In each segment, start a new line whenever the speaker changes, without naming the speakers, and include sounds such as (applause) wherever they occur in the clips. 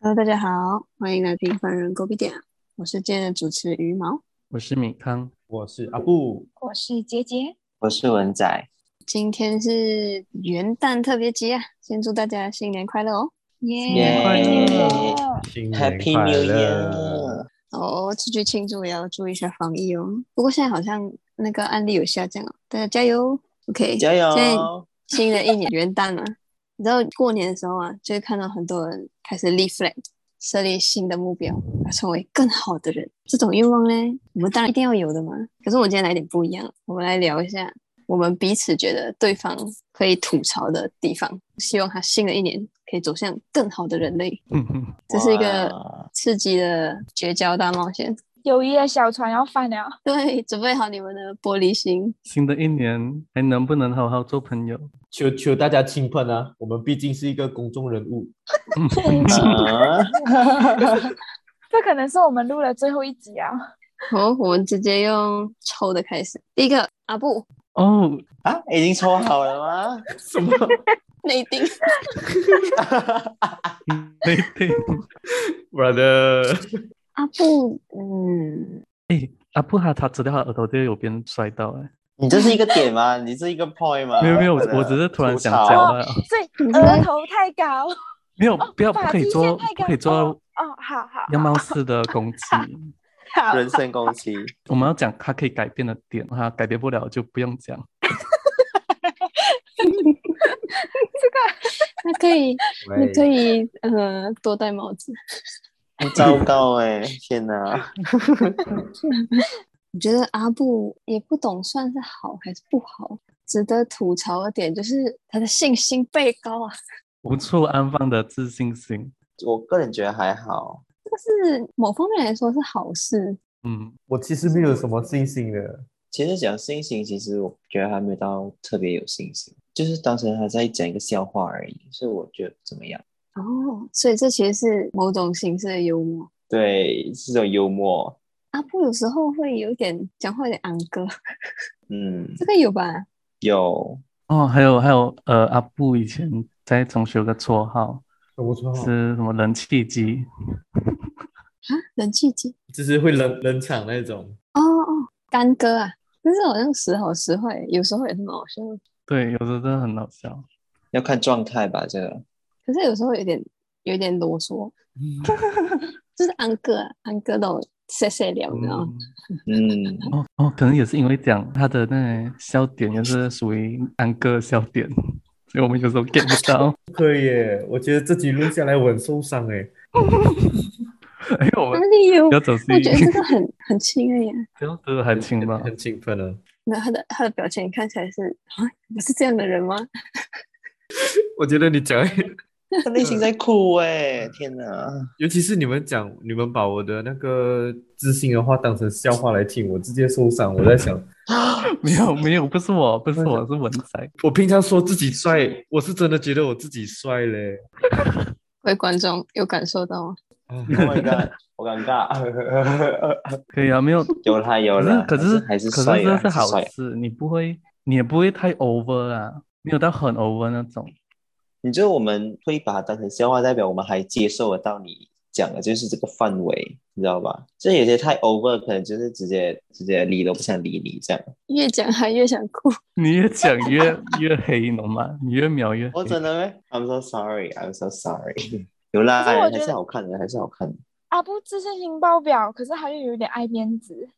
Hello，大家好，欢迎来平凡人狗屁点，我是今天的主持鱼毛。
我是米康，
我是阿布，
我是杰杰，
我是文仔，
今天是元旦特别集啊，先祝大家新年快乐哦！
耶
耶
快乐
新年
Happy
快
New
乐
Year！
哦，出去庆祝也要注意一下防疫哦。不过现在好像那个案例有下降哦，大家加油！OK，
加
现在
油！
新的一年元旦了、你知道过年的时候啊，就会看到很多人开始立 flag，设立新的目标，要成为更好的人。这种欲望呢，我们当然一定要有的嘛。可是我们今天来点不一样，我们来聊一下我们彼此觉得对方可以吐槽的地方，希望他新的一年可以走向更好的人类。
嗯哼，
这是一个
哇
刺激的绝交大冒险。
友谊的小船要翻了。 (laughs)
对，准备好你们的玻璃心。
新的一年还能不能好好做朋友？
求求大家亲喷啊！我们毕竟是一个公众人物，
啊
这可能是我们录的最后一集啊！
好，我们直接用抽的开始。第一个，阿布
哦，
(laughs) 啊，已经抽好了吗？
什么？
内定。
对对，
我的
阿布，啊嗯，
哎，阿布哈他知道他额头这有边摔到哎、
你这是一个点吗？ (laughs) 你是一个 point 吗？
没有没有，
的
我只是突然想
呃吐槽
讲到，
所以额头太高，
没有不要不
发
可以
际
做
线太
不
高
可以做 (laughs)
哦哦，好好
羊毛式的攻 (laughs) 击，
好，
人身攻击，
我们要讲他可以改变的点，他改变不了就不用讲。
那可以，你
喂
可以，呃，多戴帽子。
糟糕哎！天哪，
我觉得阿布也不懂算是好还是不好，值得吐槽的点就是他的信心倍高啊，
无处安放的自信心，
我个人觉得还好，
这个是某方面来说是好事。
嗯，
我其实没有什么信心的。
其实讲信心，其实我觉得还没有到特别有信心，就是当时还在讲一个笑话而已，所以我觉得不怎么样。
哦，所以这其实是某种形式的幽默。
对，是种幽默，
阿布有时候会有点讲话有点昂哥，
嗯，
这个有吧？
有
哦，还有还有，呃，阿布以前在中学有个绰号
我说
是什么冷气机，
啊，冷气机。
就是会冷冷场那种。
哦哦，干哥啊，但是好像时好时坏，有时候也是蛮好笑的，
对，有时候真的很搞笑。
要看状态吧，这个。
可是有时候有点有点啰嗦。
嗯 (laughs)
就是安哥啊，安哥那种碎碎聊，你知道吗？
嗯
嗯，
哦哦，可能也是因为讲他的那笑点也是属于安哥的笑点， (laughs) 所以我们有时候 get 不到，
不可以耶！我觉得这集录下来我很受伤哎。
因为我
哪
们
里有
不？要走心
我，觉得这个很 (laughs) 很亲而已、啊。
不要走得很轻吧。
很兴奋啊！
那他的他的表情看起来是啊，我是这样的人吗？
我觉得你讲， (laughs)
他内心在哭哎、天 (laughs) 哪！
尤其是你们讲，你们把我的那个自信的话当成笑话来听，我直接受伤。我在想，
Oh
没有没有，不是我，不是我，是文仔。
我平常说自己帅，我是真的觉得我自己帅嘞。
各位观众有感受到吗？
啊
Oh my god！我尴尬。
可以啊，没有。
有啦有啦，
可是
还是
可
还
是
帅
这
啊，
是
还
好
帅啊。
事，你不会你也不会太 over 啊，没有到很 over 那种。
你觉得我们会把它当成笑话，代表我们还接受得到你讲的，就是这个范围，你知道吧？这有些太 over，可能就是直接直接理都不想理你这样。
越讲还越想哭。
你越讲越越黑，你懂吗？你越描越黑
哦，。真的 (laughs) 咩？I'm so sorry，I'm so sorry。有啦，
可是我
还
觉得
是好看的，还是好看的。
阿布自信心爆表，可是他又有点爱面子，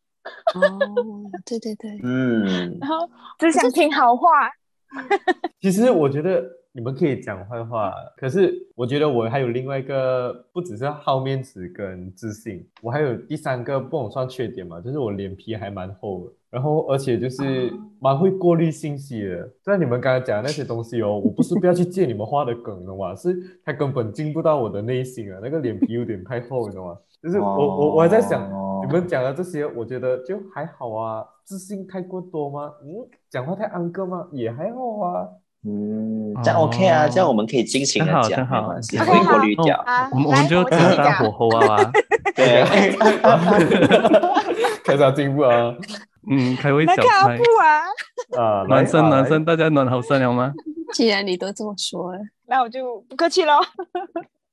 哦， (laughs) 对对对，
嗯，
然后只想听好话。
(laughs) 其实我觉得你们可以讲坏话，可是我觉得我还有另外一个，不只是好面子跟自信，我还有第三个不能算缺点嘛，就是我脸皮还蛮厚的，然后而且 (laughs) 就是蛮会过滤信息的。像你们刚才讲的那些东西哦，我不是不要去借你们画的梗的嘛，是它根本进不到我的内心啊，那个脸皮有点太厚，你懂吗？就是我我我还在想，
嗯哦
你们讲的这些，我觉得就还好啊。自信太过多吗？嗯，讲话太安哥吗？也还好啊。
嗯，这样 OK 啊，
哦
这样我们可以尽情的
真好
讲，
真好
没关系，
OK，
会过滤掉。
啊
我们我
来
们就
我自己
大大
讲
火候啊啊，
对， (laughs)
开始要进步啊！
嗯，开胃
那
小
看阿
菜
布。
(laughs)
啊，
啊，
暖身
来
暖身，，大家暖好善良吗？
既然你都这么说了，
(laughs) 那我就不客气喽。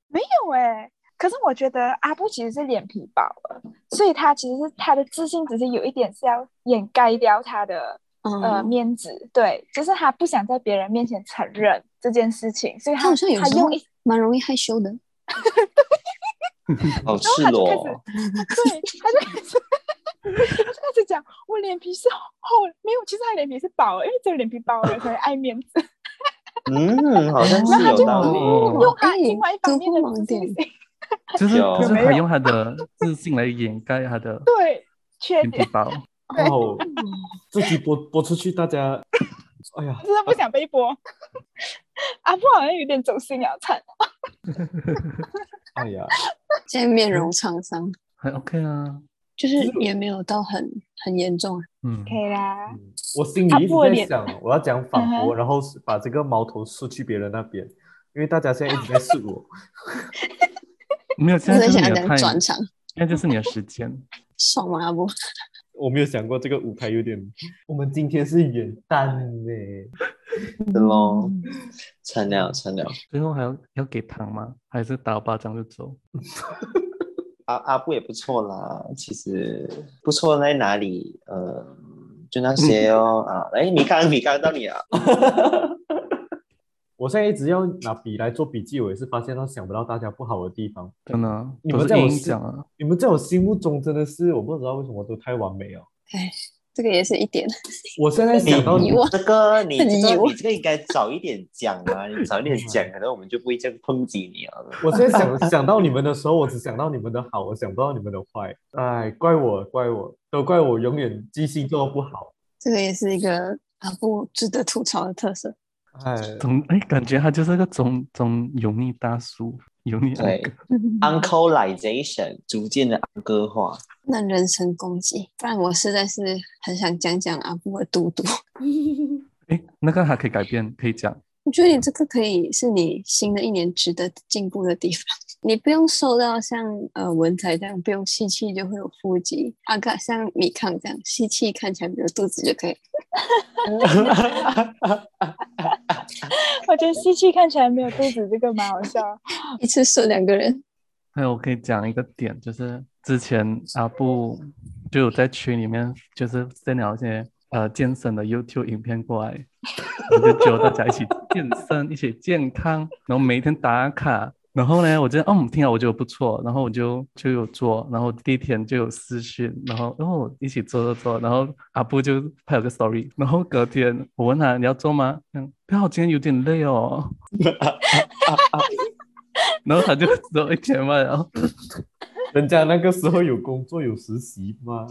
没有哎、可可是我觉得阿布其实是脸皮薄了，所以他其实是他的自信只是有一点是要掩盖掉他的呃
嗯，
面子，对，就是他不想在别人面前承认这件事情，所以
他
他
好像有
他
时候
用一
蛮容易害羞的。
好
然后
赤
他就
裸
开
哦，
始，对，他就开始，他就开始讲我脸皮是厚，没有，其实他脸皮是薄的，因为只有脸皮薄的人才会爱面子。
嗯，好像
然
是
后
有
就
道理。
哦
用他
哎
另外一方面的
突破盲
自信
点
心，
就是
有
可是
有没
他
有
用他的自信来掩盖他的
对，啊缺
脸皮
点
薄。
然后这集播播出去，大家，哎呀，
真的不想被剥。 (laughs) 阿布好像有点走心了，惨。
哎呀，
现在面容创伤，
还 OK 啊，
就是也没有到很很严重啊。
嗯，
可以啦，
嗯我心里
他
一直
不
在
脸
想，我要讲反
嗯
驳，然后是把这个矛头竖去别人那边，因为大家现在一直在试我。
没有，现
我
在
在
就是
想
你的
啊等
time，
转场，
现在就是你的时间。
爽吗？不，
我没有想过这个舞台有点，我们今天是元旦呢，
是咯，
嗯
惨了惨了。
最后还要要给糖吗？还是打我巴掌就走？
阿阿布也不错啦，其实不错在哪里？呃，就那些
嗯
哦、啊。哎，你刚你刚到你啊，
我现在一直要拿笔来做笔记，我也是发现到想不到大家不好的地方。
真的，啊
你
都
们
是
在我
硬
心
讲啊。
你们在我心目中真的是，我不知道为什么都太完美了。
哎，这个也是一点。
我现在想
哦
到
你
你
我
这个你
自己
这个
有
你这个应该早一点讲啊，你早一
嗯
点讲，可能我们就不会这样抨击你啊。
我现在想想到你们的时候，我只想到你们的好，我想不到你们的坏。哎，怪我，怪我，都怪我永远记性做不好。
这个也是一个啊不值得吐槽的特色。
哎，
总哎，感觉他就是个中中油腻大叔，油腻阿
对
哥。
嗯，Uncleization 逐渐的安哥化，
(laughs) 那人身攻击，不然我实在是很想讲讲阿布的嘟嘟。 (laughs)
哎，那个还可以改变，可以讲。
我觉得你这个可以是你新的一年值得进步的地方。 (laughs) 你不用瘦到像呃文才这样，不用吸气就会有腹肌；阿嘎像米康这样，吸气看起来没有肚子就可以。
我觉得西气看起来没有肚子，这个蛮好笑。
(laughs) 一次瘦两个人，
还有我可以讲一个点，就是之前阿布就有在群里面，就是 send 了一些呃健身的 YouTube 影片过来，我就教大家一起健身，一起健康，然后每天打卡。然后呢，我觉得嗯，听了我觉得不错，然后我就就有做，然后第一天就有私讯，然后然后一起做做做，然后阿布就拍了个 story，然后隔天我问他你要做吗？嗯，不要，我今天有点累哦。 (laughs) 然后他就说一千万，然后
人家那个时候有工作有实习嘛。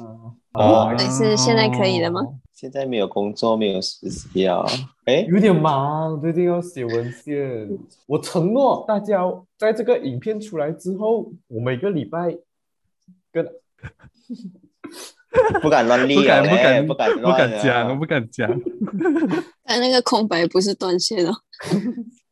哦
哎
但是现在可以了吗？
现在没有工作，没有实习啊。哎，
有点忙，最近要写文献。我承诺大家，在这个影片出来之后，我每个礼拜跟
不敢乱立
不
啊，
敢不
哎
敢
不敢
不
乱啊
敢讲，不敢讲。
但那个空白不是断线哦。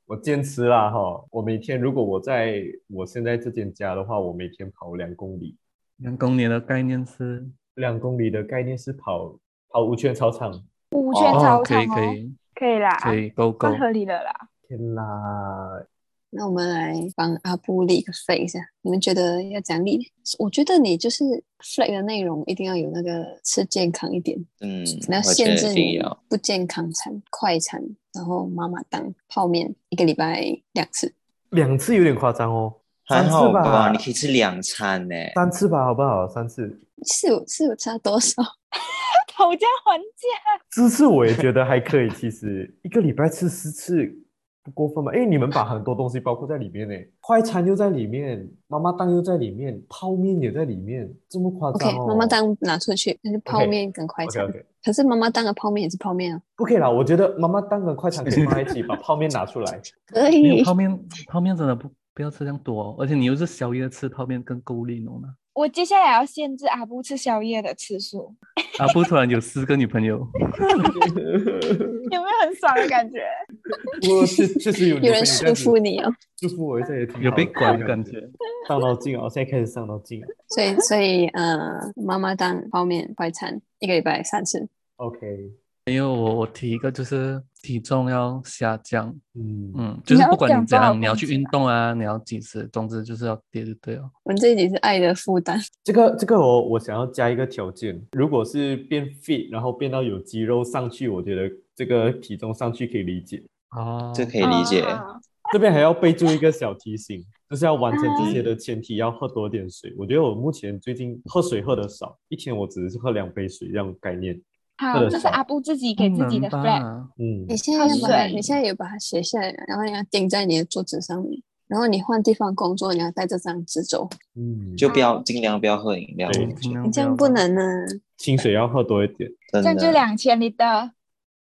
我坚持啦哈。我每天如果我在我现在这间家的话，我每天跑两公里。
两公里的概念是
两公里的概念是跑跑五圈操场。
五圈操
哦可
场哦
以可以
可以啦，
可以，够够
蛮。合理的啦。 (laughs)
天啦，
那我们来帮阿布立个 flag 一下，你们觉得要怎样立？我觉得你就是 flag 的内容一定要有那个吃健康一点，
嗯，
可能要
我觉
限
得
制
一定
你
要
不健康餐、快餐，然后妈妈档、泡面，一个礼拜两次。
两次有点夸张哦，
还好
三次吧
吧？你可以吃两餐呢、
三次吧，好不好？三次，
是有是有差多少？
讨价还价，
四次我也觉得还可以。其实一个礼拜吃四次不过分吧？因为你们把很多东西包括在里面呢，快餐又在里面，妈妈档又在里面，泡面也在里面，这么夸
OK，
张哦？
妈妈档拿出去，那就泡
OK，
面跟快
OK
餐。
OK，
可是妈妈档的泡面也是泡面啊，
不可以啦，我觉得妈妈档跟快餐可以放在一起，把泡面拿
(laughs)
出来。
可
没有
以
泡面，泡面真的不不要吃这样多哦，而且你又是宵夜吃泡面更够力弄了。
我接下来要限制阿布吃宵夜的次数，
阿布啊突然有四个女朋 (laughs) 友，
有没有很爽的感觉？
不过确确实有女
有人
朋友这
束
样子
缚你哦。
束缚我一下也挺好的
有被管的感觉。
上到镜哦，现在开始上到镜了。
所以所以呃，妈妈档、泡面、快餐，一个礼拜三次。
OK，
因为我我提一个就是体重要下降，
嗯
嗯，就是
要
不管
降
你怎
多少
样，你要
公
去
斤
运
啊
动啊，你要几十，总之就是要跌就对了。哦
我们这一集是爱的负担，
这个这个我我想要加一个条件，如果是变 fit，然后变到有肌肉上去，我觉得这个体重上去可以理解。
哦，
这可以理解。
啊
这边还要备注一个小提醒，就是要完成这些的前提要喝多点水。我觉得我目前最近喝水喝的少，一天我只是喝两杯水这样概念。
好
或，者
这是
少
阿布自己给
不
自己的
能
flag。
吧
嗯
你现在要把它，
好水
你现在有把它写下来，然后你要钉在你的桌子上面，然后你换地方工作，你要带这张纸走，
嗯，
就不要尽量不要喝饮料，
对
我觉
尽
得
量
你这样
不
不
要吧
能啊呢、
清水要喝多一点。
真
这样就
的。
两千里的。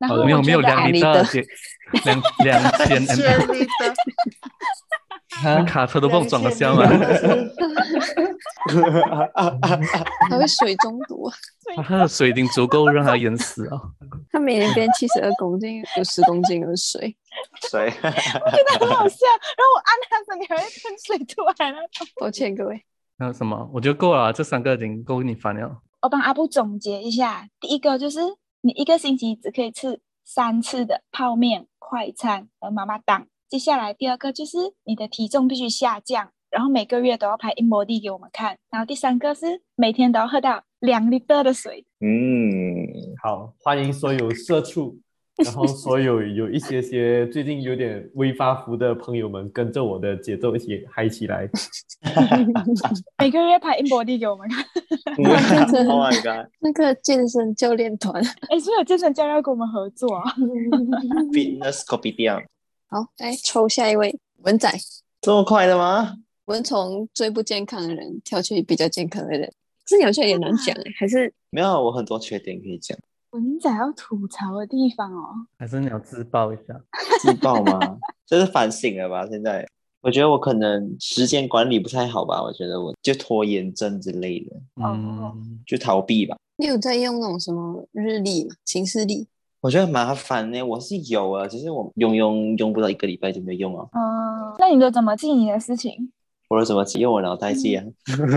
然
好
后
的
我
没有没有
觉得
两
两
米
米
的
的，姐 (laughs) 两两
(laughs)
千 m 那卡车都不懂装啊得下吗？
(laughs)
它会水中毒啊。
他的水已经足够让他淹死了。
它每年变七十二公斤，有十公斤的水。
水，
我觉得很好笑。然后我按他的时候，你还会喷水出来了。
抱歉各位，
还有什么？我觉得够了啊，这三个已经够你烦了。
我帮阿布总结一下，第一个就是你一个星期只可以吃三次的泡面、快餐和妈妈档。接下来第二个就是你的体重必须下降，然后每个月都要拍一模地给我们看。然后第三个是每天都要喝到两 l i 的水。
(laughs)
(laughs)
嗯，
好，欢迎所有社畜，然后所有有一些些最近有点微发福的朋友们，跟着我的节奏一起嗨起来。
每个月拍 i n body 给我们看， (laughs)
真的
(laughs) Oh my god！
那个健身教练团， (laughs)
哎，所以有健身教练要跟我们合作啊！ (laughs)
Fitness copy down，
好，来抽下一位文仔。
这么快的吗？
我们从最不健康的人跳去比较健康的人，这有些也难讲欸，还是
没有，啊我很多缺点可以讲，
文仔要吐槽的地方哦，
还是你要自爆一下？
自爆吗？这是反省了吧？现在我觉得我可能时间管理不太好吧，我觉得我就拖延症之类的，
哦
嗯，
就逃避吧。
你有在用那种什么日历嘛、行事历？ (laughs)
我觉得很麻烦呢、我是有啊，只是我用用用不到一个礼拜就没用啊。
嗯，那你都怎么记你的事情？
我说怎么用我脑袋记啊？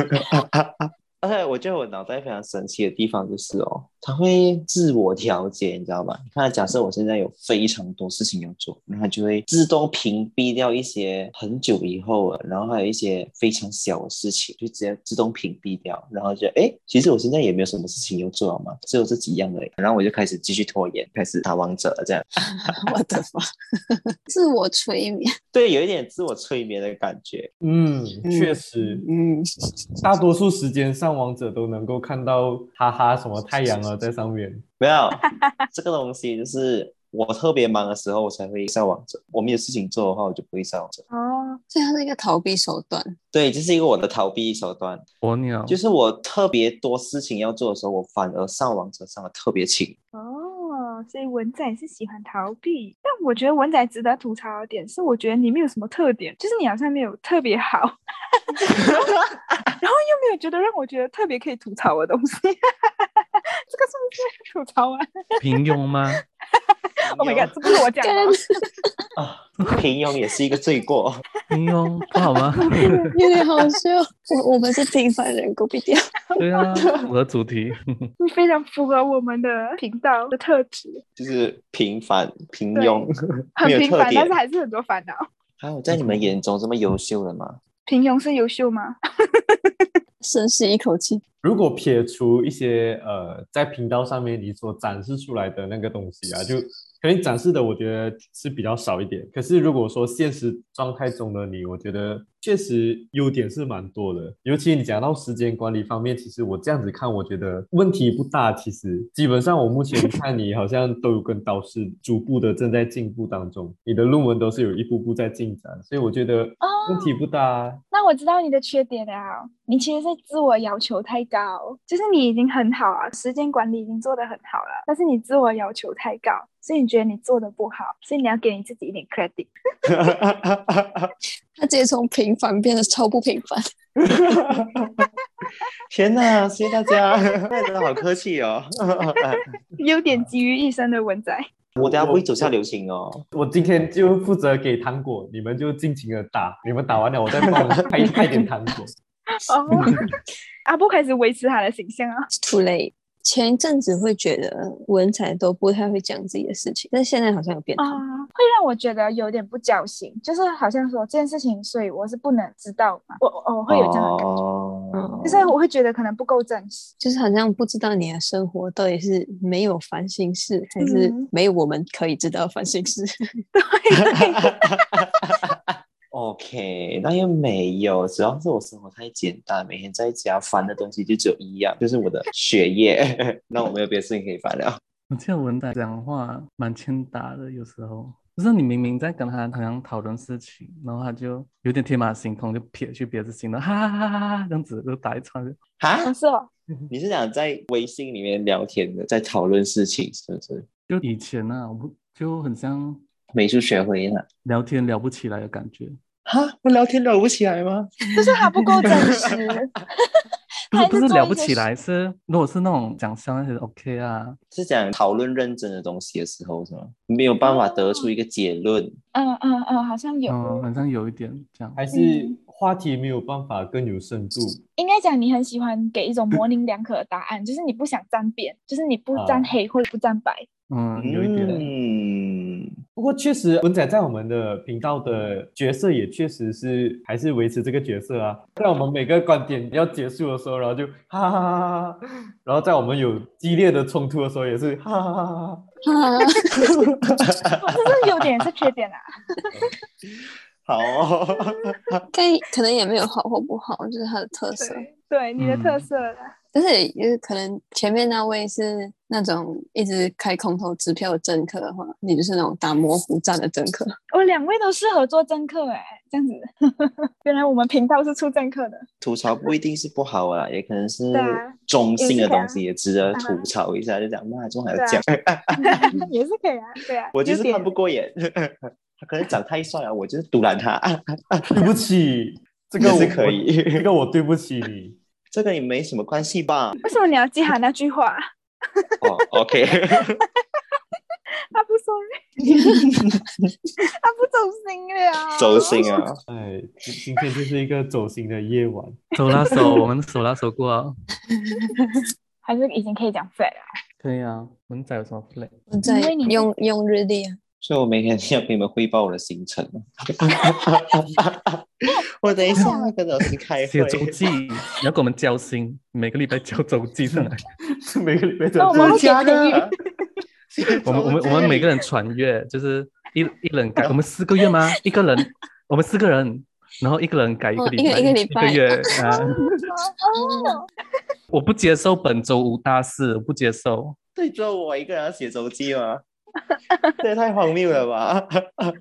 (laughs) 而且我觉得我脑袋非常神奇的地方就是哦，它会自我调节，你知道吧？你看，假设我现在有非常多事情要做，然后它就会自动屏蔽掉一些很久以后了，然后还有一些非常小的事情，就直接自动屏蔽掉，然后就哎，其实我现在也没有什么事情要做嘛，只有这几样而已。然后我就开始继续拖延，开始打王者了这样。
我的妈， (laughs) 自我催眠。
对，有一点自我催眠的感觉。
嗯，确实，
嗯，
大多数时间上网者都能够看到哈哈什么太阳啊在上面。
没
(laughs)
有这个东西，就是我特别忙的时候我才会上网者，我没有事情做的话我就不会上网者。
哦，
这样是一个逃避手段。
对，这是一个我的逃避手段，
鸵鸟
就是我特别多事情要做的时候，我反而上网者上的特别勤。
哦，所以文仔是喜欢逃避，但我觉得文仔值得吐槽的点是，我觉得你没有什么特点，就是你好像没有特别好， (laughs) 然后然后又没有觉得让我觉得特别可以吐槽的东西，这 (laughs) 个是不是吐槽啊
平庸吗？
(laughs) ？Oh my god，这不是我讲的哦，
god，平啊庸也是一个罪过。
平庸不好吗？
有点好笑。我我们是平凡人，狗屁 (laughs) 掉。
对啊，我的主题。
你非常符合我们的频道的特质，
就是平凡平庸， (laughs)
很
没有
平
特
凡，但
点
是。还是很多烦恼。
还有在你们眼中这么优秀的吗？ (laughs)
平庸是优秀吗？
深吸一口气，
如果撇除一些呃在频道上面你所展示出来的那个东西啊，就可能展示的我觉得是比较少一点。可是如果说现实状态中的你，我觉得确实优点是蛮多的。尤其你讲到时间管理方面，其实我这样子看，我觉得问题不大。其实基本上我目前看你好像都有跟导师逐步的正在进步当中，你的论文都是有一步步在进展，所以我觉得
哦
问题不大啊。
那我知道你的缺点了，你其实是自我要求太高，就是你已经很好啊，时间管理已经做得很好了，但是你自我要求太高，所以你觉得你做的不好，所以你要给你自己一点 credit。
他直接从平凡变得超不平凡。
天哪，谢谢大家， (laughs) 真的好客气哦。 (laughs)
优点集于一身的文仔，
我等下不会走下流行哦。
我今天就负责给糖果，你们就尽情的打，你们打完了我再帮你拍拍点糖果。
(laughs)
(laughs)
哦，阿布开始维持他的形象啊，啊
It's too late。前一阵子会觉得文采都不太会讲自己的事情，但现在好像有变好。
啊、会让我觉得有点不侥幸，就是好像说这件事情，所以我是不能知道嘛，我我我会有这样的感觉，
哦
嗯
就是我会觉得可能不够真实。
就是好像不知道你的生活到底是没有烦心事，还是
嗯
没有我们可以知道的烦心事。
OK，那又没有，主要是我生活太简单，每天在家烦的东西就只有一样，就是我
(laughs)
的学业。 (laughs) 那我没有别的事情可以烦了。
我记得文仔讲话蛮欠打的，有时候就是你明明在跟他好像讨论事情，然后他就有点天马行空，就撇去别的事情了，哈哈哈哈哈哈，这样子就打一场。
哈
不，是哦，
你是想在微信里面聊天的，在讨论事情是不是？
就以前啊，我不就很像
美术学会呢？
聊天聊不起来的感觉，
哈，不聊天聊不起来吗？
就是他不够真
(laughs)
实，
不
还
是
是
不是
做
聊
一
不
些
起来，是如果是那种讲笑那些 OK 啊，
是讲讨论认真的东西的时候是吗？没有办法得
哦
出一个结论。
嗯嗯嗯，好像有，
嗯，好像有一点这样。
还是
嗯
话题没有办法更有深度。
应该讲你很喜欢给一种模棱两可的答案，就是你不想沾边，就是你不沾
啊
黑或者不沾白。
嗯，有一点。
嗯，
不过确实，文仔在我们的频道的角色也确实是还是维持这个角色啊。在我们每个观点要结束的时候，然后就哈哈哈哈哈哈，然后在我们有激烈的冲突的时候也是哈哈哈哈哈哈。
啊 (laughs)
这是优点也是缺点啊。
好哦、
但可能也没有好或不好，就是它的特色。
对对，你的
嗯
特色啦。
但是也是可能前面那位是那种一直开空头支票的政客的话，你就是那种打模糊战的政客。
哦，两位都适合做政客哎、这样子。 (laughs) 原来我们频道是出
(laughs)
政客的，
吐槽不一定是不好啊，也可能是
对啊
中性的东西，也值
嗯
得吐槽一下。就讲妈，这种还要讲，
也是可以啊，对啊。
我就是
优点
看不过眼。他可能长太帅啊，我就是堵拦
(laughs)
他，
对不起，这
这
个
个
我
是可，
这
以。
个我对不起你。
这跟你没什么关系
(laughs)
吧？
为什么你要记他那句话？啊
哦，OK，
他不
(laughs)
sorry，他不走心了。
走。心啊，
哎，今今天就是一个走心的夜晚。
手拉手，我们手拉手过啊。
还是已经可以讲 fat 了。
可以啊，文仔有什么 play？
我在
(laughs) 因为你
用用日历啊，
所以我每天要给你们汇报我的行程。 (laughs) 我等一下要跟老师开
写
会。
周记，你要跟我们交心，每个礼拜交周记上来。
(laughs) 每个每
(laughs) 那我们
个
会给
假
评
的啊
语，
(laughs) 我们我们我们每个
人
人传阅，就是一一人改，我们四个月吗？一个人，我们四个人，然后一个人改一个
哦
礼
一个
拜，
一个礼拜
月啊！
哦，
我不接受本周无大事，我不接受。
对，只有我一个人要写周记吗？ (laughs) 这也太荒谬了吧！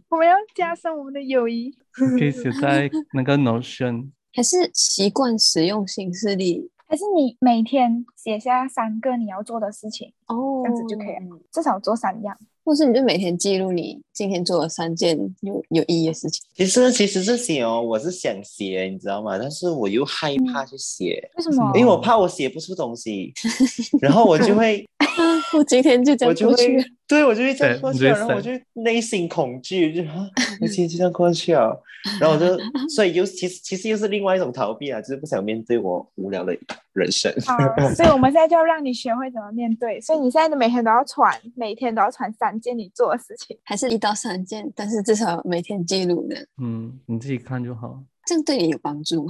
我们要加深我们的友谊。
可以写在那个 Notion，
还是习惯使用形式力
还是你每天写下三个你要做的事情，
哦
这样子就可以了，至少做三样。
或是你就每天记录你今天做了三件有有意义的事情。 (laughs)
其实其实这些哦，我是想写，你知道吗？但是我又害怕去写，
为什么
嗯？
因为我怕我写不出东西，然后我就会
啊我今天就这
我
样
就
过去
会
了，
对我就会这样
对
过
你
去
就
了，
会
然后我就
删
会内心恐惧，就啊，我今天就这样过去了，然后我就所以又其实其实又是另外一种逃避啊，就是不想面对我无聊的人生。
好，所以我们现在就要让你学会怎么面对。所以你现在的每天都要传，每天都要传三件你做的事情。
还是一到三件，但是至少每天记录的，
嗯，你自己看就好。
这样对你有帮助吗？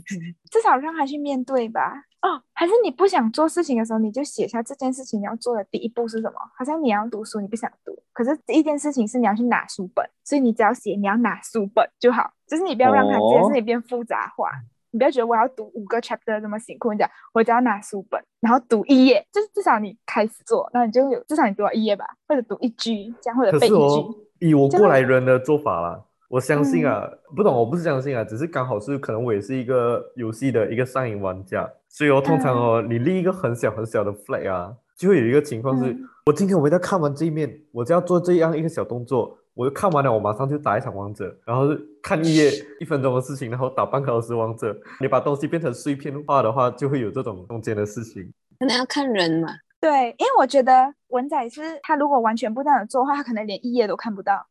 至少让他去面对吧。哦，还是你不想做事情的时候，你就写下这件事情你要做的第一步是什么？好像你要读书，你不想读，可是第一件事情是你要去拿书本，所以你只要写你要拿书本就好，就是你不要让它这件
哦
事情变复杂化。你不要觉得我要读五个 chapter 这么辛苦，你讲我只要拿书本，然后读一页，就是至少你开始做，那你就有至少你读到一页吧，或者读一句这样，或者
可
背一
是
句
哦。，以我
真
过
的
来人的做法啦，我相信啊，
嗯
不懂，我不是相信啊，只是刚好是可能我也是一个游戏的一个上瘾玩家，所以哦，通常哦，
嗯
你立一个很小很小的 flag 啊，就会有一个情况是，
嗯
我今天我一定要看完这一面，我就要做这样一个小动作。我就看完了，我马上就打一场王者，然后是看一页一分钟的事情，然后打半个小时王者。你把东西变成碎片化的话，就会有这种中间的事情。
可能要看人嘛。
对，因为我觉得文仔是他如果完全不这样做的话，他可能连一页都看不到。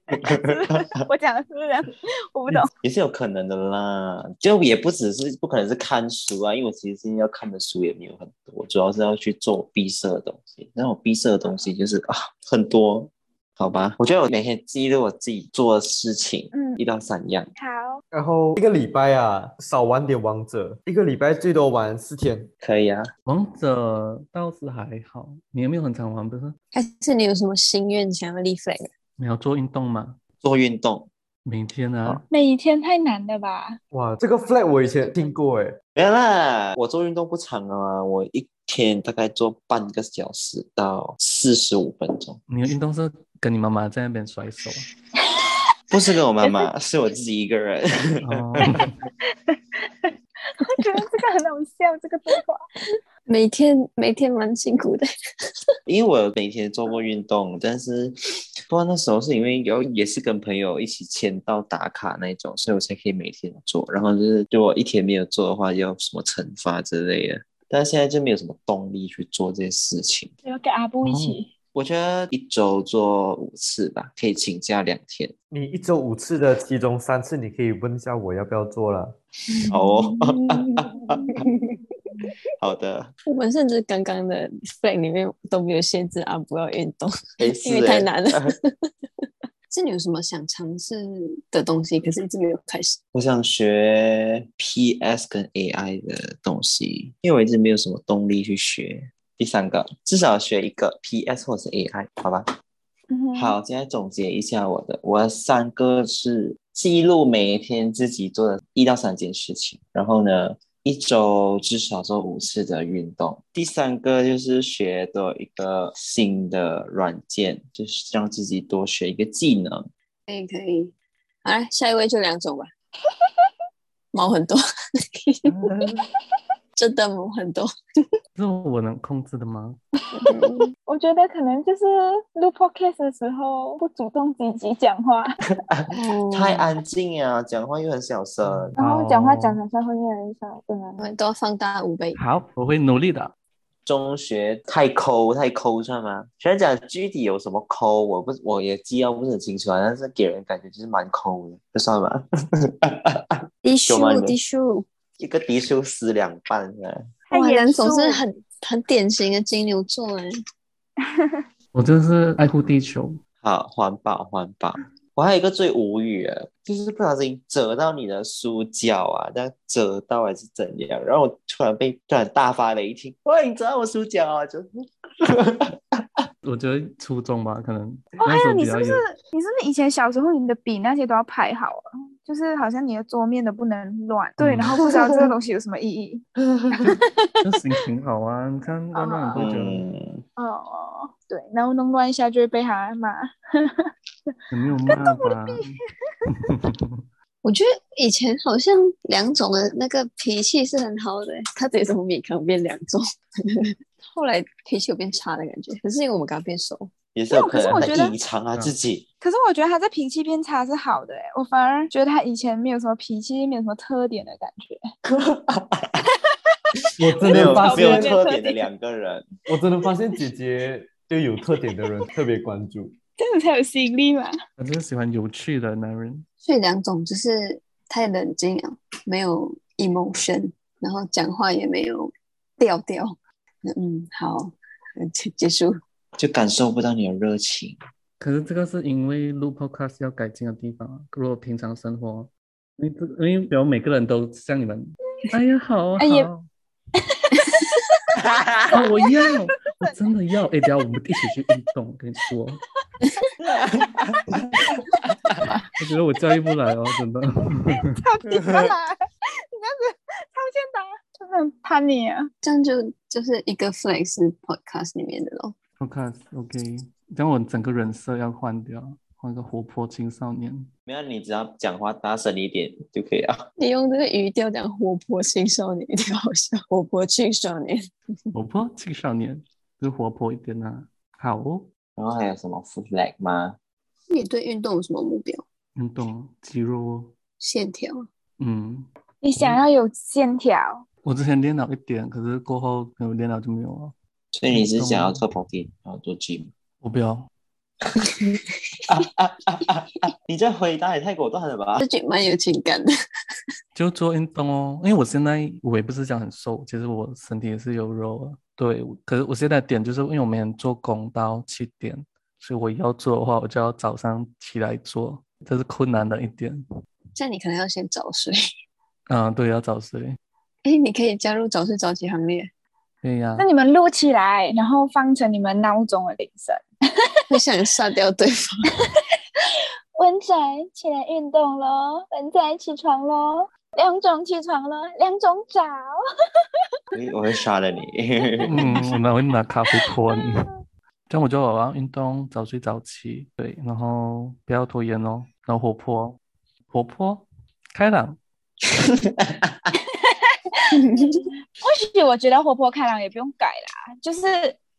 (laughs) 我讲的是不是这样？我不懂。
也是有可能的啦，就也不只是不可能是看书啊，因为我其实现在要看的书也没有很多，主要是要去做我闭塞的东西。那我闭塞的东西就是啊很多，好吧？我觉得我每天记录我自己做的事情，
嗯
一到三样，
好，
然后一个礼拜啊，少玩点王者，一个礼拜最多玩四天。
可以啊。
王者倒是还好，你有没有很常玩？不是，
还是你有什么心愿想要立 flag？的
你要做运动嘛？
做运动，
每天啊，
每一天太难了吧？
哇，这个 flag 我以前听过诶，
没有啦，我做运动不长啊，我一天大概做半个小时到四十五分钟，
你的运动是跟你妈妈在那边甩手啊。
不是跟我妈妈，是我自己一个人。
(laughs)
哦，
(laughs) 我觉得这个很好笑，这个对话。
每天每天蛮辛苦的，
因为我每天做过运动，但是不过那时候是因为有也是跟朋友一起签到打卡那种，所以我才可以每天做。然后就是如果一天没有做的话，要什么惩罚之类的。但是现在就没有什么动力去做这些事情。
(laughs) 要跟阿布一起，
我觉得一周做五次吧，可以请假两天。
你一周五次的，其中三次你可以问一下我要不要做了。
好
嗯
哦， (laughs)
(laughs)
好的，
我们甚至刚刚的 flag 里面都没有限制啊，不要运动，
没事、
因为太
欸
(laughs)
难了。是你有什么想尝试的东西，可是一直没有开始？
我想学 PS 跟 AI 的东西，因为我一直没有什么动力去学。第三个，至少学一个 PS 或者是 AI，好吧？
嗯，
好，现在总结一下我的，我的三个是记录每一天自己做的一到三件事情，然后呢，一周至少做五次的运动。第三个就是学多一个新的软件，就是让自己多学一个技能。
可以可以，好了，下一位就两种
(laughs)
吧，毛很多， (laughs) 真的毛很多。
这我能控制的吗？
嗯
我觉得可能就是录 podcast 的时候不主动积极讲话，嗯
太安静啊，讲话又很小声。
然后讲话
哦
讲讲下会越来越少，真的
我。们都要放大五倍。
好，我会努力的。
中学太抠太抠算吗？虽然讲具体有什么抠，我不我也记到不是很清楚啊，但是给人感觉就是蛮抠的，就算吧。
低
有吗你
数
们
低数，
一个敌修死两半啊！
太
哇，
严
梁总
肃
是很很典型的金牛座哎，
我就是爱护地球，
好，环保环保。我还有一个最无语的，就是不小心折到你的书角啊，但折到还是怎样？然后我突然被突然大发雷霆，喂，你折到我书角啊！就
我觉得初中吧，可能
哦，
那
还
时
有
候比
你是
较
不是
有。
你是不是以前小时候你的笔那些都要排好啊？就是好像你的桌面都不能乱，对，
嗯
然后不知道这个东西有什么意义。
就心情好啊，你看乱乱多久，
嗯，
(laughs) 哦，对，然后弄乱一下就会被他骂。
有没有骂吧？
我觉得以前好像梁总的那个脾气是很好的欸，他自己从米糠变梁总， (laughs) 后来脾气有变差的感觉，可是因为我们跟他变熟，
也是有
没有可是
能
我
他
觉得
隐藏他
嗯
自己。
可是我觉得他在脾气变差是好的欸，我反而觉得他以前没有什么脾气，没有什么特点的感觉。 (laughs)
我真
没有
的发
没有
现，
特点的两个人，
我真的发现姐姐对有特点的人特别关注。
这样子才有吸引力嘛。
我就是喜欢有趣的男人。
所以梁总就是太冷静了，没有 emotion，然后讲话也没有调调。嗯，好，嗯结结束。
就感受不到你的热
(laughs)
情。
可是这个是因为录 podcast 要改进的地方啊。如果平常生活，你不因为比如每个人都像你们，哎呀好啊
哎呀
好，啊我要，我真的要，哎，等一下我们一起去运动，跟你说，我觉 (laughs) 得我驾驭不来哦，真的。
到 (laughs) 底干嘛？你这样子超欠打，真的很叛逆啊！
这样就就是一个 flex podcast 里面的咯。
podcast OK，这样我整个人设要换掉，换一个活泼青少年。
没有，你只要讲话大声一点就可以了。
你用这个语调讲活泼青少年，一定好笑。活泼青少年，
活泼青少年，就是活泼一点啊。好哦，
然后还有什么 food lag 吗？
你对运动有什么目标？
运动肌肉哦。
线条？啊
嗯，
你想要有线条，
我之前练了一点，可是过后没有练了就没有了。
所以你是想要特跑店，然后做 gym？啊
我不要，
你这回答也太果断了
(laughs)
吧
这？句蛮有情感的。 (laughs)
就做运动哦，因为我现在我也不是讲很瘦，其实我身体也是有肉的。对，可是我现在点就是因为我每天做工到七点，所以我要做的话，我就要早上起来做，这是困难的一点。
这样你可能要先早睡。
嗯，对，要早睡。
哎，你可以加入早睡早起行列，
对呀、
那你们录起来，然后放成你们闹钟的铃声。
会想杀掉对方。
文仔起来运动喽，文仔起床喽，两种起床了，两种早。
我我会杀了你。
嗯，我们会拿咖啡泼你。这样我就我要运动，早睡早起，对，然后不要拖延哦，然后活泼，活泼，开朗，
或许我觉得活泼开朗也不用改啦，就是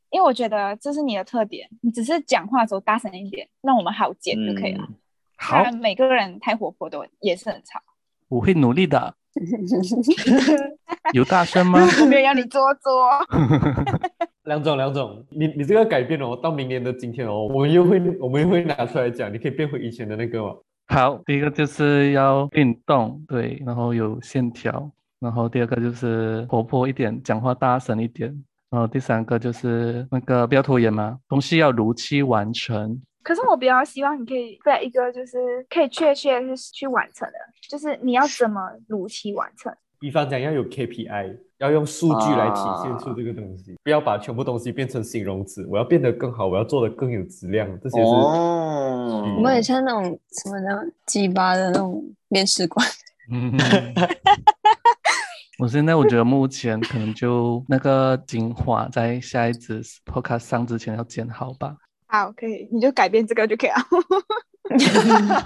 因为我觉得这是你的特点，你只是讲话的时候大声一点，让我们好剪就可以啊
嗯
了。不
好
然，每个人太活泼都也是很吵。
我会努力
(laughs)
的。有大声吗？
我没有要你做作。
两种两种，你你这个改变哦，到明年的今天哦，我们又会我们又会拿出来讲，你可以变回以前的那个嘛。哦
好，第一个就是要运动，对，然后有线条，然后第二个就是活泼一点，讲话大声一点，然后第三个就是那个不要拖延嘛，东西要如期完
(laughs)
成。
可是我比较希望你可以在一个就是可以确切地去去完成的，就是你要怎么如期完成。
比方讲要有 KPI，要用数据来体现出这个东西，不要把全部东西变成形容词。我要变得更好，我要做的更有质量，这些是。
哦，
(laughs) 我们很像那种什么那种鸡巴的那种面试官， (laughs)
嗯，我现在我觉得目前可能就那个精华在下一支 podcast 上之前要剪好吧。
好，可以，你就改变这个就可以了。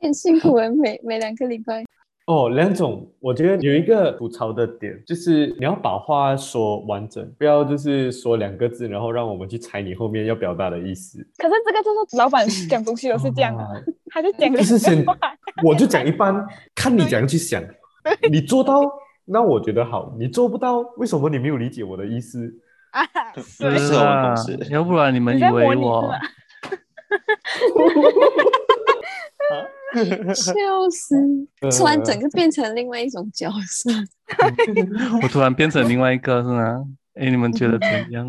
很辛苦诶，每每两个礼 (laughs) 拜。
哦，梁总，我觉得有一个吐槽的点，就是你要把话说完整，不要就是说两个字，然后让我们去猜你后面要表达的意思。
(laughs) 可是这个就是老板讲东西都哦是这样的，
啊
他就讲
就
两
是先
句话。
我就讲一般，看你怎样去想。你做到，那我觉得好；你做不到，为什么你没有理解我的意思？
(laughs) 啊，
对
是
是我们
啊
公司
要不然你们
你
以
在模
为
拟是
我
(laughs) 吧
笑死！
呃
突然整个变成另外一种角色， (laughs)
我突然变成另外一个是吗？哎，你们觉得怎样？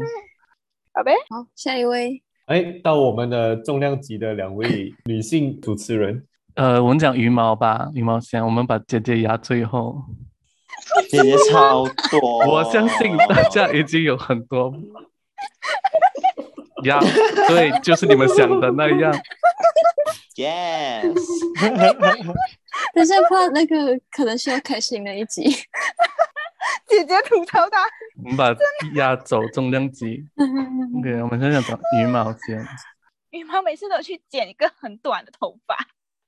宝贝，
好，下一位，
哎，到我们的重量级的两位女性主持人，
呃，我们讲羽毛吧，羽毛先，我们把姐姐压最后。
姐姐超多，
我相信大
(laughs)
家已经有很多呀，对，就是你们想的那样。
Yes，
但是怕那个可能需要开心的一集。
姐姐吐槽他，
我们把压走重量级。OK，我们先讲讲羽毛先。
羽毛每次都去剪一个很短的头发，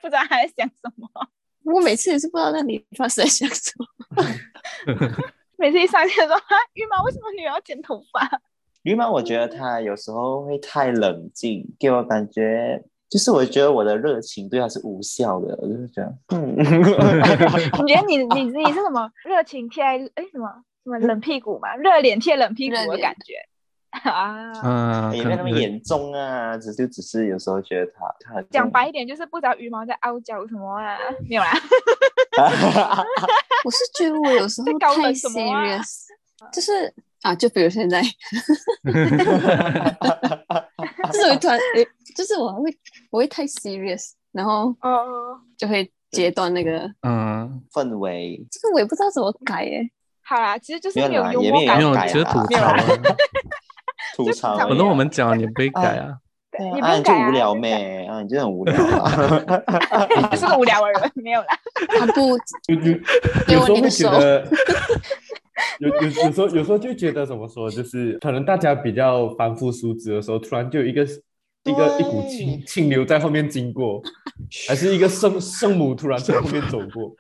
不知道他在想什么。
我每次也是不知道那理发师在想什么。 (laughs)
每次一上线说啊，羽毛为什么你要剪头发？
羽毛，我觉得他有时候会太冷静，给我感觉就是我觉得我的热情对他是无效的，我就是觉得，
(laughs)
嗯，
你觉得你你你是什么热情贴哎什么什么冷屁股嘛，热脸贴冷屁股
热
的
脸
感觉啊？
嗯，
也
可
没有
能
那么
有
严重啊，只是只是有时候觉得他他很
讲
(laughs)
白一点就是不知道羽毛在凹脚什么啊，没有啦，
我是觉得我有时候
在搞
太
冷什么啊
serious，就是啊，就比如现在，就是我突然，诶就是我会我会太 serious，然后
哦，
就会截断那个。
嗯，
氛
(laughs)
围，
这个我也不知道怎么改耶、
好啦，其实就是
没有
没有
啦
幽
也
默
没有
感
没
要
有，
改
只是
啦
吐
没有
槽
啦
啊。
吐槽
就
而
反
已，
正我们讲了也不会改啊。
对
对
也不
啊，
用
你就
改啊
无聊咩，啊，你就很无聊
(laughs)
啊，
我 (laughs) 是个无聊的人，没有啦，
他不
有有
给
有
我
时候
你的
会觉
手
得，有有有时候有时候就觉得怎么说，就是可能大家比较凡夫俗子的时候，突然就有一个一个一股清
对
清流在后面经过，还是一个圣圣母突然从后面走过，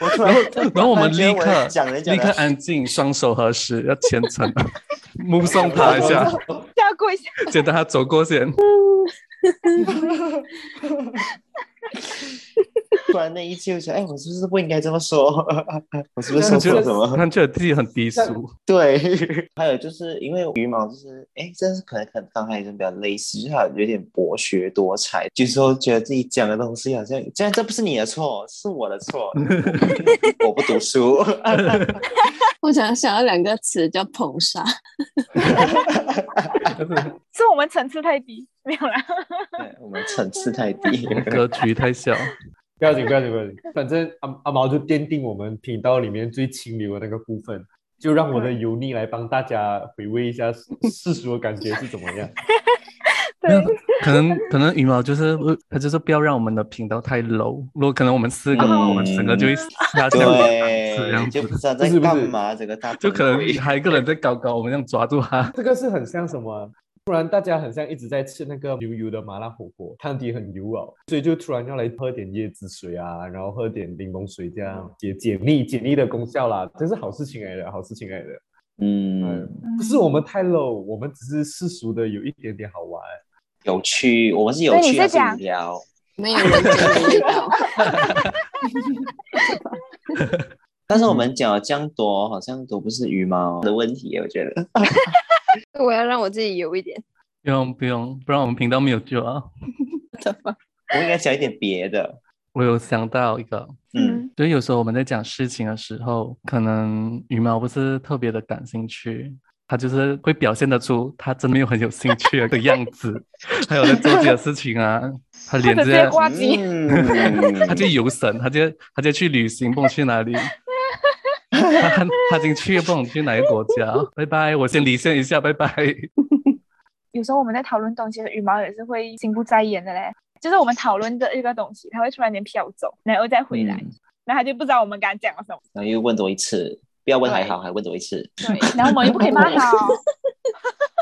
我突然
然后我们立
突然觉得我
刻
讲了讲
立
了
刻安静，双手合十，要虔诚，目送他一下，
跳过一下。
觉得他走过先。
突然那一切，我想，哎，我是不是不应该这么说？ (laughs) 我是不是
他
说
觉得
错了什么？
他觉得自己很低
像
俗， (laughs)
对，还有就是因为羽毛就是，哎，真是可能可能刚开始比较类似，就是它有点博学多才，就是说觉得自己讲的东西好像，这样这不是你的错，是我
(laughs)
的错，我不读书。 (laughs)
我想想要两个词叫捧杀，
就是
是我们层次太低， (laughs) 没有啦。
对我们层次太
(laughs)
低。
格局太小。
不要紧，不要紧，不要紧。反正阿阿毛就奠定我们频道里面最清流的那个部分，就让我的油腻来帮大家回味一下世世俗的感觉是怎么样。
没有
对，
(laughs) 可能可能羽毛就是他就是不要让我们的频道太 low，如果可能我们四个，
嗯
我们整个就会下降档次这样
对，就
子
不，知道在
不是不
干
是
嘛，整个
(laughs)
大
就可能
崩溃
还有一个人在高高，我们这样抓住他。
这个是很像什么啊、突然大家很像一直在吃那个油油的麻辣火锅，汤底很油哦，所以就突然要来喝点椰子水啊，然后喝点柠檬水，这样解解腻解腻的功效啦，这是好事情来的，好事情来的。哎
嗯，
不是我们太 low，我们只是世俗的有一点点好玩。
有趣，我们是有
所以你
趣
是
还是
讲
无聊？
没有人觉得味道。
但是
嗯
我们讲了这样多，好像都不是羽毛的问题，我觉得。
我要让我自己有一点。
不用不用，不然我们频道没有救啊！
我应该讲一点别的。
我有想到一个，
嗯，
所以有时候我们在讲事情的时候，可能羽毛不是特别的感兴趣，他就是会表现得出他真没有很有兴趣的样
(laughs)
子，还有在做自己的事情啊，他脸
或者
直
直
接
接挂机，
嗯
(laughs)
他就游神，他就他就去旅行，不懂去哪里。他他他已经去，不懂去哪个国家。拜拜，我先离线一下，拜拜。
有时候我们在讨论东西的时候，羽毛也是会心不在焉的嘞。就是我们讨论的一个东西，它会突然间飘走，然后再回来，
嗯
然后他就不知道我们刚刚讲了什么。
然后又问多一次，不要问还好，还问多一次。
对， (laughs) 然后我们又不可以骂他、哦，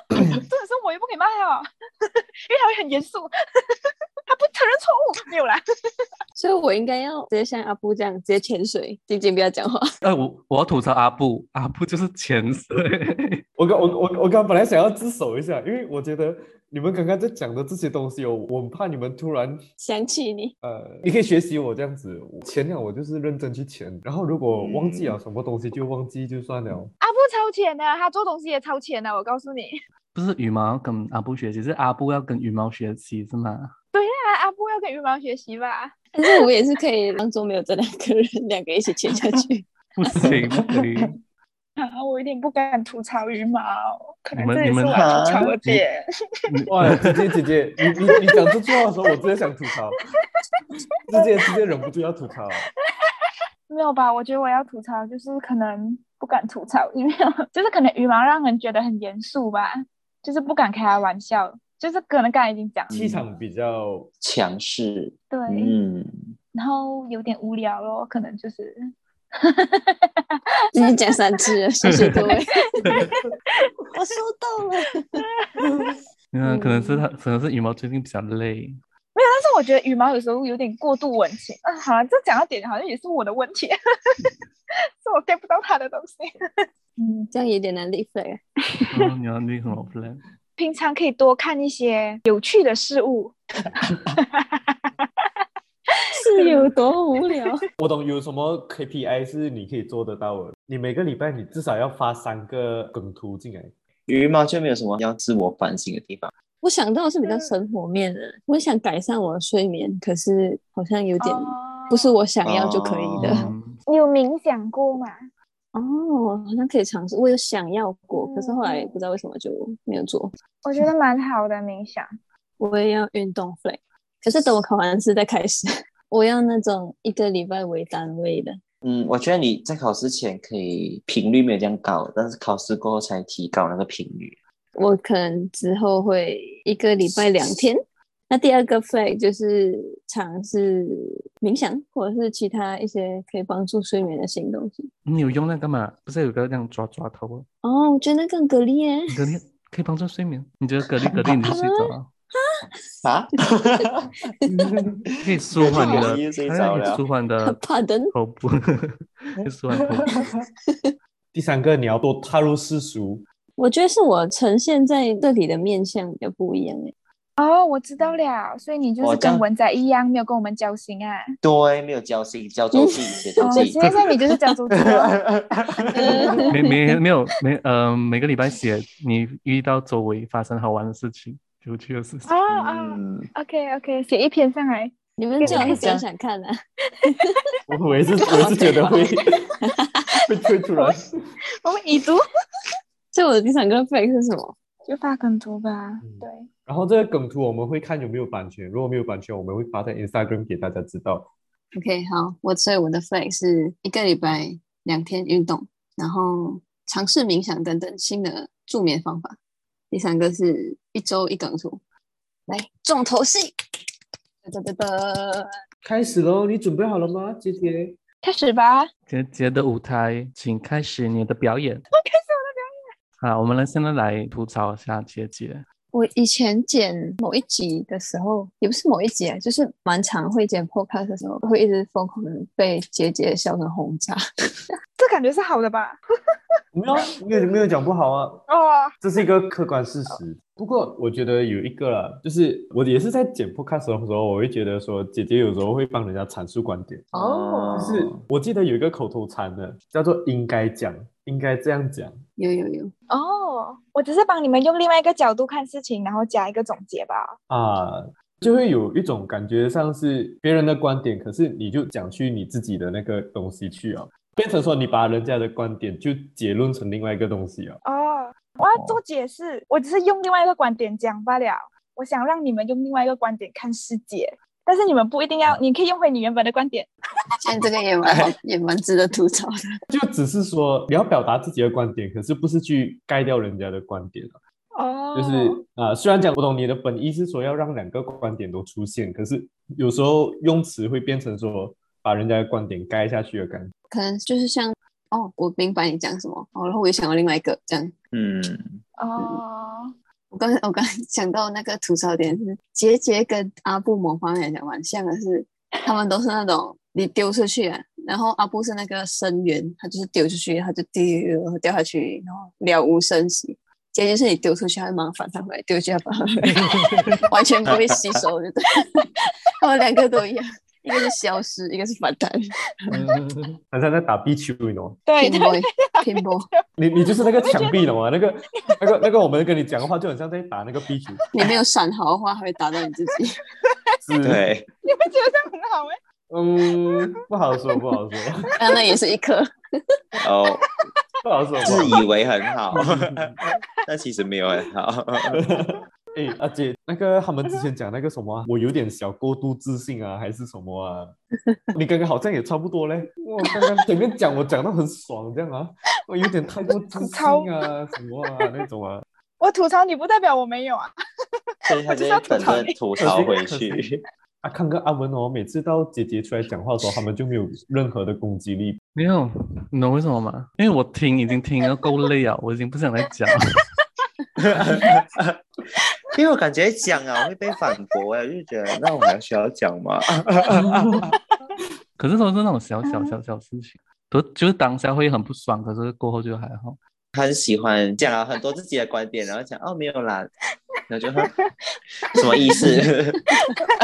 真的是我又不可以骂他、哦， (laughs) 因为他会很严肃， (laughs) 他不承认错误，没有啦。
所以我应该要直接像阿布这样直接潜水，静静不要讲话。
哎，我我要吐槽阿布，阿布就是潜水。 (laughs)
我刚我我我刚本来想要自首一下，因为我觉得你们刚刚在讲的这些东西哦，我很怕你们突然
想起你，
呃，你可以学习我这样子，我前两我就是认真去潜，然后如果忘记啊了什么东西就忘记就算了。
阿布超前的，啊他做东西也超前的，啊我告诉你。
不是羽毛跟阿布学习，是阿布要跟羽毛学习是吗？
那啊阿布要跟羽毛学习吧？
但是我也是可以当做没有这两个人，两个一起潜下去。
不行不行，
啊，我有点不敢吐槽羽毛，可能
你们
这也
你
是
们
我吐槽的
啊
点。
哇，姐姐姐姐，你你你讲这句话的时候，我真的想吐槽，直接直接忍不住要吐槽。
没有吧？我觉得我要吐槽就是可能不敢吐槽，因为 (laughs) 就是可能羽毛让人觉得很严肃吧，就是不敢开他玩笑，就是可能刚才已经讲了，
气场比较，
强势，
对，
嗯，
然后有点无聊咯，可能就是
已经讲三次了，谢谢各位。 (laughs) 我收到了。 (laughs)
嗯，可能是
嗯
他，可能是羽毛最近比较累。
没有。但是我觉得羽毛有时候有点过度文情啊，好像这讲到点好像也是我的问题， (laughs) 是我 get 不到他的东西。 (laughs)
嗯，这样有点难立 flag。
嗯，你要那什么 plan？
平常可以多看一些有趣的事物，
是有多无聊？
我懂有什么 KPI 是你可以做得到的，你每个礼拜你至少要发三个梗图进来。
羽毛就没有什么要自我反省的地方。
我想到的是比较生活面的，我想改善我的睡眠，可是好像有点
哦
不是。我想要就可以的。
哦
嗯，
你有冥想过吗？
(laughs) 哦，好像可以尝试。我有想要过，可是后来
嗯
不知道为什么就没有做。
我觉得蛮好的冥想。
我也要运动 flag，可是等我考完试再开始。 (laughs) 我要那种一个礼拜为单位的。
嗯，我觉得你在考试前可以频率没有这样高，但是考试过后才提高那个频率。
我可能之后会一个礼拜两天。那第二个 flag 就是尝试冥想，或者是其他一些可以帮助睡眠的新东西。
你有用那干嘛？不是有个那样抓抓头哦，
哦，我觉得那更蛤蜊耶，
蛤蜊可以帮助睡眠。你觉得蛤蜊蛤蜊你就睡着了。
啊？
可以舒缓你
又睡
的，它
着
可以
了
舒缓你的
Pardon
头
(laughs)
部，可以舒缓头部。
第三个，你要多踏入世俗，
(laughs) 我觉得是我呈现在这里的面相比较不一样耶。
哦，我知道了，所以你就
我
是
这样
跟文仔一样，没有跟我们交心啊。
(laughs) 对，没有交心，交周记，写周
哦，
记
现。在你就是江州
(laughs)
猪哦
嗯
没没没有没呃，每个礼拜写你遇到周围发生好玩的事情、有趣的事情。
哦哦
嗯，
，OK OK，写一篇上来。
你们最好是
跟大
想
家
想看啊，
我我也是我也是觉得会会会突然，
我们已读
这我的第三个 fake 是什么？
就发梗图吧
嗯。
对，
然后这个梗图我们会看有没有版权，如果没有版权，我们会发在 Instagram 给大家知道。
OK，好，我所以我的 flag 是一个礼拜两天运动，然后尝试冥想等等新的助眠方法。第三个是一周一梗图，来重头戏，哒哒哒哒，
开始喽，你准备好了吗，姐姐？
开始吧。
姐姐的舞台，请开始你的表演。好，我们来现在来吐槽一下姐姐。
我以前剪某一集的时候，也不是某一集啊，就是蛮常会剪 podcast 的时候，会一直疯狂地被姐姐的笑声轰炸。
这感觉是好的吧？
没有啊，没有没有讲不好啊，
哦，
这是一个客观事实。不过我觉得有一个啦，就是我也是在剪 podcast 的时候，我会觉得说姐姐有时候会帮人家阐述观点。
哦
就是我记得有一个口头禅的，叫做“应该讲”，应该这样讲。
有有有，
哦，我只是帮你们用另外一个角度看事情，然后加一个总结吧。
啊，就会有一种感觉像是别人的观点，可是你就讲去你自己的那个东西去啊，变成说你把人家的观点就结论成另外一个东西啊。
哦，我要做解释，我只是用另外一个观点讲罢了。我想让你们用另外一个观点看世界，但是你们不一定要，你可以用回你原本的观点。
现在这个也蛮也蛮值得吐槽的。
就只是说你要表达自己的观点，可是不是去盖掉人家的观点啊。
哦，
就是啊，虽然讲我懂你的本意是说要让两个观点都出现，可是有时候用词会变成说把人家的观点盖下去的感觉。
可能就是像哦，我明白你讲什么，哦，然后我又想到另外一个这样。
嗯，
哦，
我刚我刚想到那个吐槽点是，杰杰跟阿布某方面来讲蛮像的是，他们都是那种你丢出去、啊，然后阿布是那个深渊，他就是丢出去，他就丢掉下去，然后了无生息。杰杰是你丢出去，他就马上反弹回来，丢出去他反弹回来， (laughs) 完全不会吸收，对不对？ (laughs) 他们两个都一样，一个是消失，一个是反弹。
(laughs) 好像在打壁球，你懂吗？
对，
拼
对，
波，拼波，
你你就是那个墙壁，懂吗？那个那个那个，我们跟你讲的话就很像在打那个壁球。
你没有闪好的话，还会打到你自己。 (laughs)
是，
对，
你们觉得这样很好哎？
嗯，不好说，不好说，
那那也是一颗。
哦，
不好说。
自
不好
以为很 (laughs)
(laughs)
好，但其实没有很好。
哎，阿姐，那个他们之前讲那个什么啊，我有点小过度自信啊，还是什么啊？你刚刚好像也差不多嘞。我刚刚前面讲我讲到很爽这样啊，我有点太过自信啊，什么啊那种啊。
我吐槽你不代表我没有啊。
(laughs) 所以他就在等着吐槽回去。
(laughs) 啊，康跟阿文哦，每次到姐姐出来讲话的时候，他们就没有任何的攻击力。
没有，你懂为什么吗？因为我听已经听到够累了， (laughs) 我已经不想再讲了。
(laughs) 因为我感觉讲啊我会被反驳哎，我就觉得那我还需要讲吗？ (laughs)
可是都是那种小小小小事情，都就是当下会很不爽，可是过后就还好。
他很喜欢讲了很多自己的观点，然后讲哦没有啦，然后就什么意思？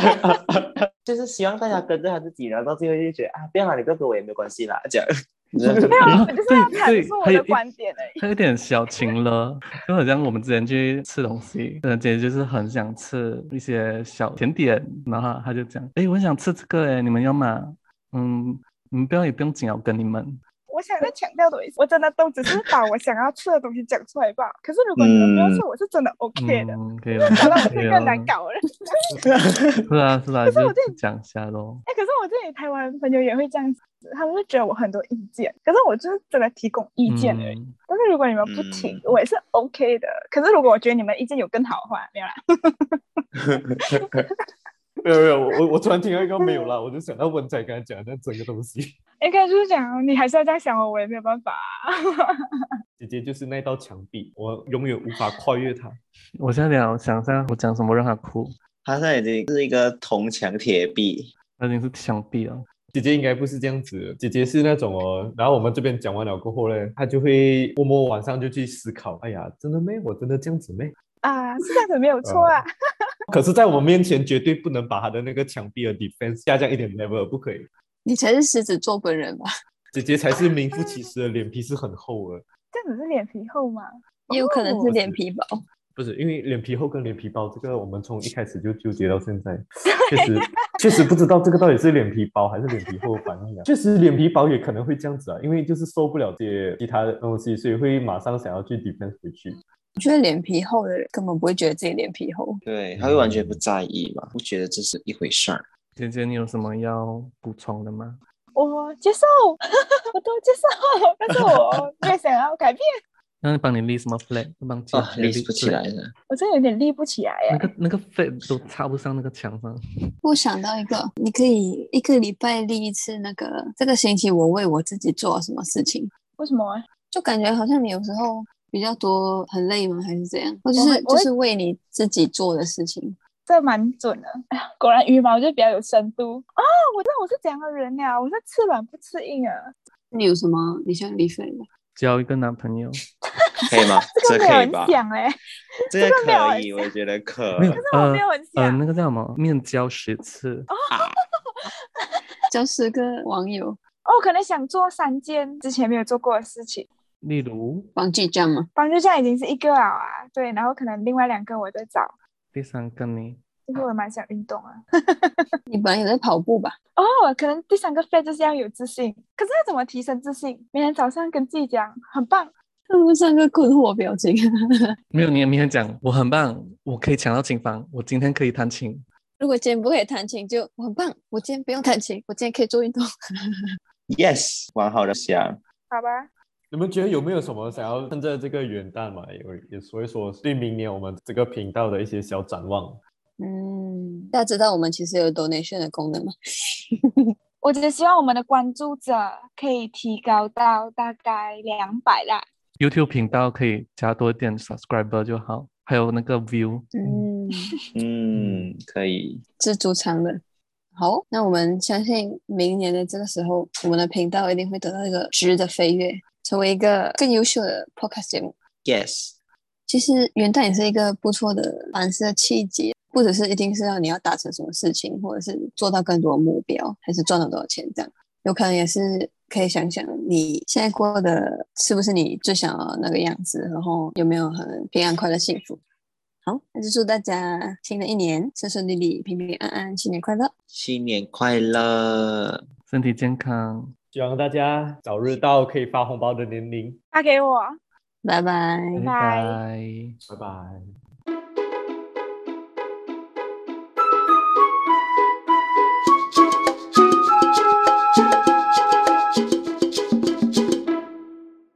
(laughs) 就是希望大家跟着他自己，然后到最后就觉得啊不要啦，你不要跟我也没有关系啦，这样。 (laughs)
然后
我啊就是要
啊对
阐述
对，
我
还有
的
一
观点而已。
他有点小情了，就好像我们之前去吃东西，呃，姐姐就是很想吃一些小甜点，然后她就讲，哎，我想吃这个，哎，你们要吗？嗯，你们不要也不用紧啊，我跟你们。
我想再强调的是，我真的都只
(laughs)
是把我想要吃的东西讲出来吧。可是如果你们不要吃，我是真的 OK 的。
嗯嗯，可
(laughs)
以了，
搞到我
可以
是
了
更。难搞了。
是啊，是啊，
可是
就
我这
讲一下咯。
哎、可是我这里台湾朋友也会这样子，他们就觉得我很多意见，可是我就是真的提供意见而已。
嗯
但是如果你们不提，我也是 OK 的。可是如果我觉得你们意见有更好的话，没有啦。
没有没有，我我我突然听到一个没有啦，我就想到文仔刚才讲的那整个东西。
应该就是讲你还是要这样想我，我也没有办法、
姐姐就是那道墙壁，我永远无法跨越它。
我现在想想一下，我讲什么让她哭，
他现在已经是一个铜墙铁壁，
她已经是墙壁了。
姐姐应该不是这样子的，姐姐是那种哦，然后我们这边讲完了过后呢，她就会默默晚上就去思考，哎呀，真的咩？我真的这样子咩？
啊，是这样子没有错啊。
可是在我面前绝对不能把他的那个墙壁的 defense 下降一点 level，不可以。
你才是狮子座本人吧？
姐姐才是名副其实的，脸皮是很厚的。
这样子是脸皮厚吗？
也有可能是
哦
脸皮薄。
不是因为脸皮厚跟脸皮薄，这个我们从一开始就纠结到现在，确实确实不知道这个到底是脸皮薄还是脸皮厚的反应啊。确实脸皮薄也可能会这样子啊，因为就是受不了这些其他的东西，所以会马上想要去 defense 回去。
我觉得脸皮厚的人根本不会觉得自己脸皮厚。
对，他会完全不在意嘛，不觉得这是一回事儿。
姐姐，你有什么要补充的吗？
我接受， (laughs) 我都接受，但是我越想要改变，
让你帮你立什么 flag，帮姐
啊，
姐
立
立
不起
flag
来了。
我真的有点立不起来
那
耶。
个那个 flag 都插不上那个墙上。
我想到一个，你可以一个礼拜立一次那个，这个星期我为我自己做了什么事情，
为什么啊？
就感觉好像你有时候比较多很累吗？还是怎样？或者
我会
是
我
就
会
是为你自己做的事情，
这蛮准的。哎呀，果然羽毛就比较有深度啊！我知道我是怎样的人了，我是吃软不吃硬啊。
你有什么你想立 flag 的？
交一个男朋友，
可以吗？
这个没有
可以
人
吧？
想嘞，
这个
这个没有
可
人
以，
想
我觉得
(laughs)
可
没有
可是我
呃
没有哦很
呃，
想。
那个叫什么？面交十次，
交十个网友
哦，我可能想做三件之前没有做过的事情，
例如
帮记账吗？
帮助酱已经是一个了啊。对，然后可能另外两个我在找，
第三个你
就是我蛮想运动啊。
你本来有在跑步吧？
哦，可能第三个 flag 就是要有自信，可是要怎么提升自信？每天早上跟自己讲很棒，
他们上个困惑表情， (laughs)
没有，你也没有讲，我很棒，我可以抢到琴房，我今天可以弹琴。
如果今天不可以弹琴，就我很棒，我今天不用弹琴，我今天可以做运动。
yes，往好的啊想。
好吧？
你们觉得有没有什么想要趁着这个元旦嘛，有也所以说对明年我们这个频道的一些小展望？
嗯，大家知道我们其实有 donation 的功能吗？
我只希望我们的关注者可以提高到大概两百啦。
YouTube 频道可以加多一点 subscriber 就好，还有那个 view。
嗯，
嗯，可以。
知足常乐。好，那我们相信明年的这个时候，我们的频道一定会得到一个质的飞跃，成为一个更优秀的 podcast 节目。
Yes，
其实元旦也是一个不错的反思的契机，不只是一定是要你要达成什么事情，或者是做到更多的目标，还是赚到多少钱这样，有可能也是可以想想你现在过的是不是你最想要的那个样子，然后有没有很平安、快乐、幸福。好，那就祝大家新的一年顺顺利利、平平安安，新年快乐！
新年快乐！
身体健康，
希望大家早日到可以发红包的年龄。
发给我。
拜拜。
拜
拜
拜。
拜拜。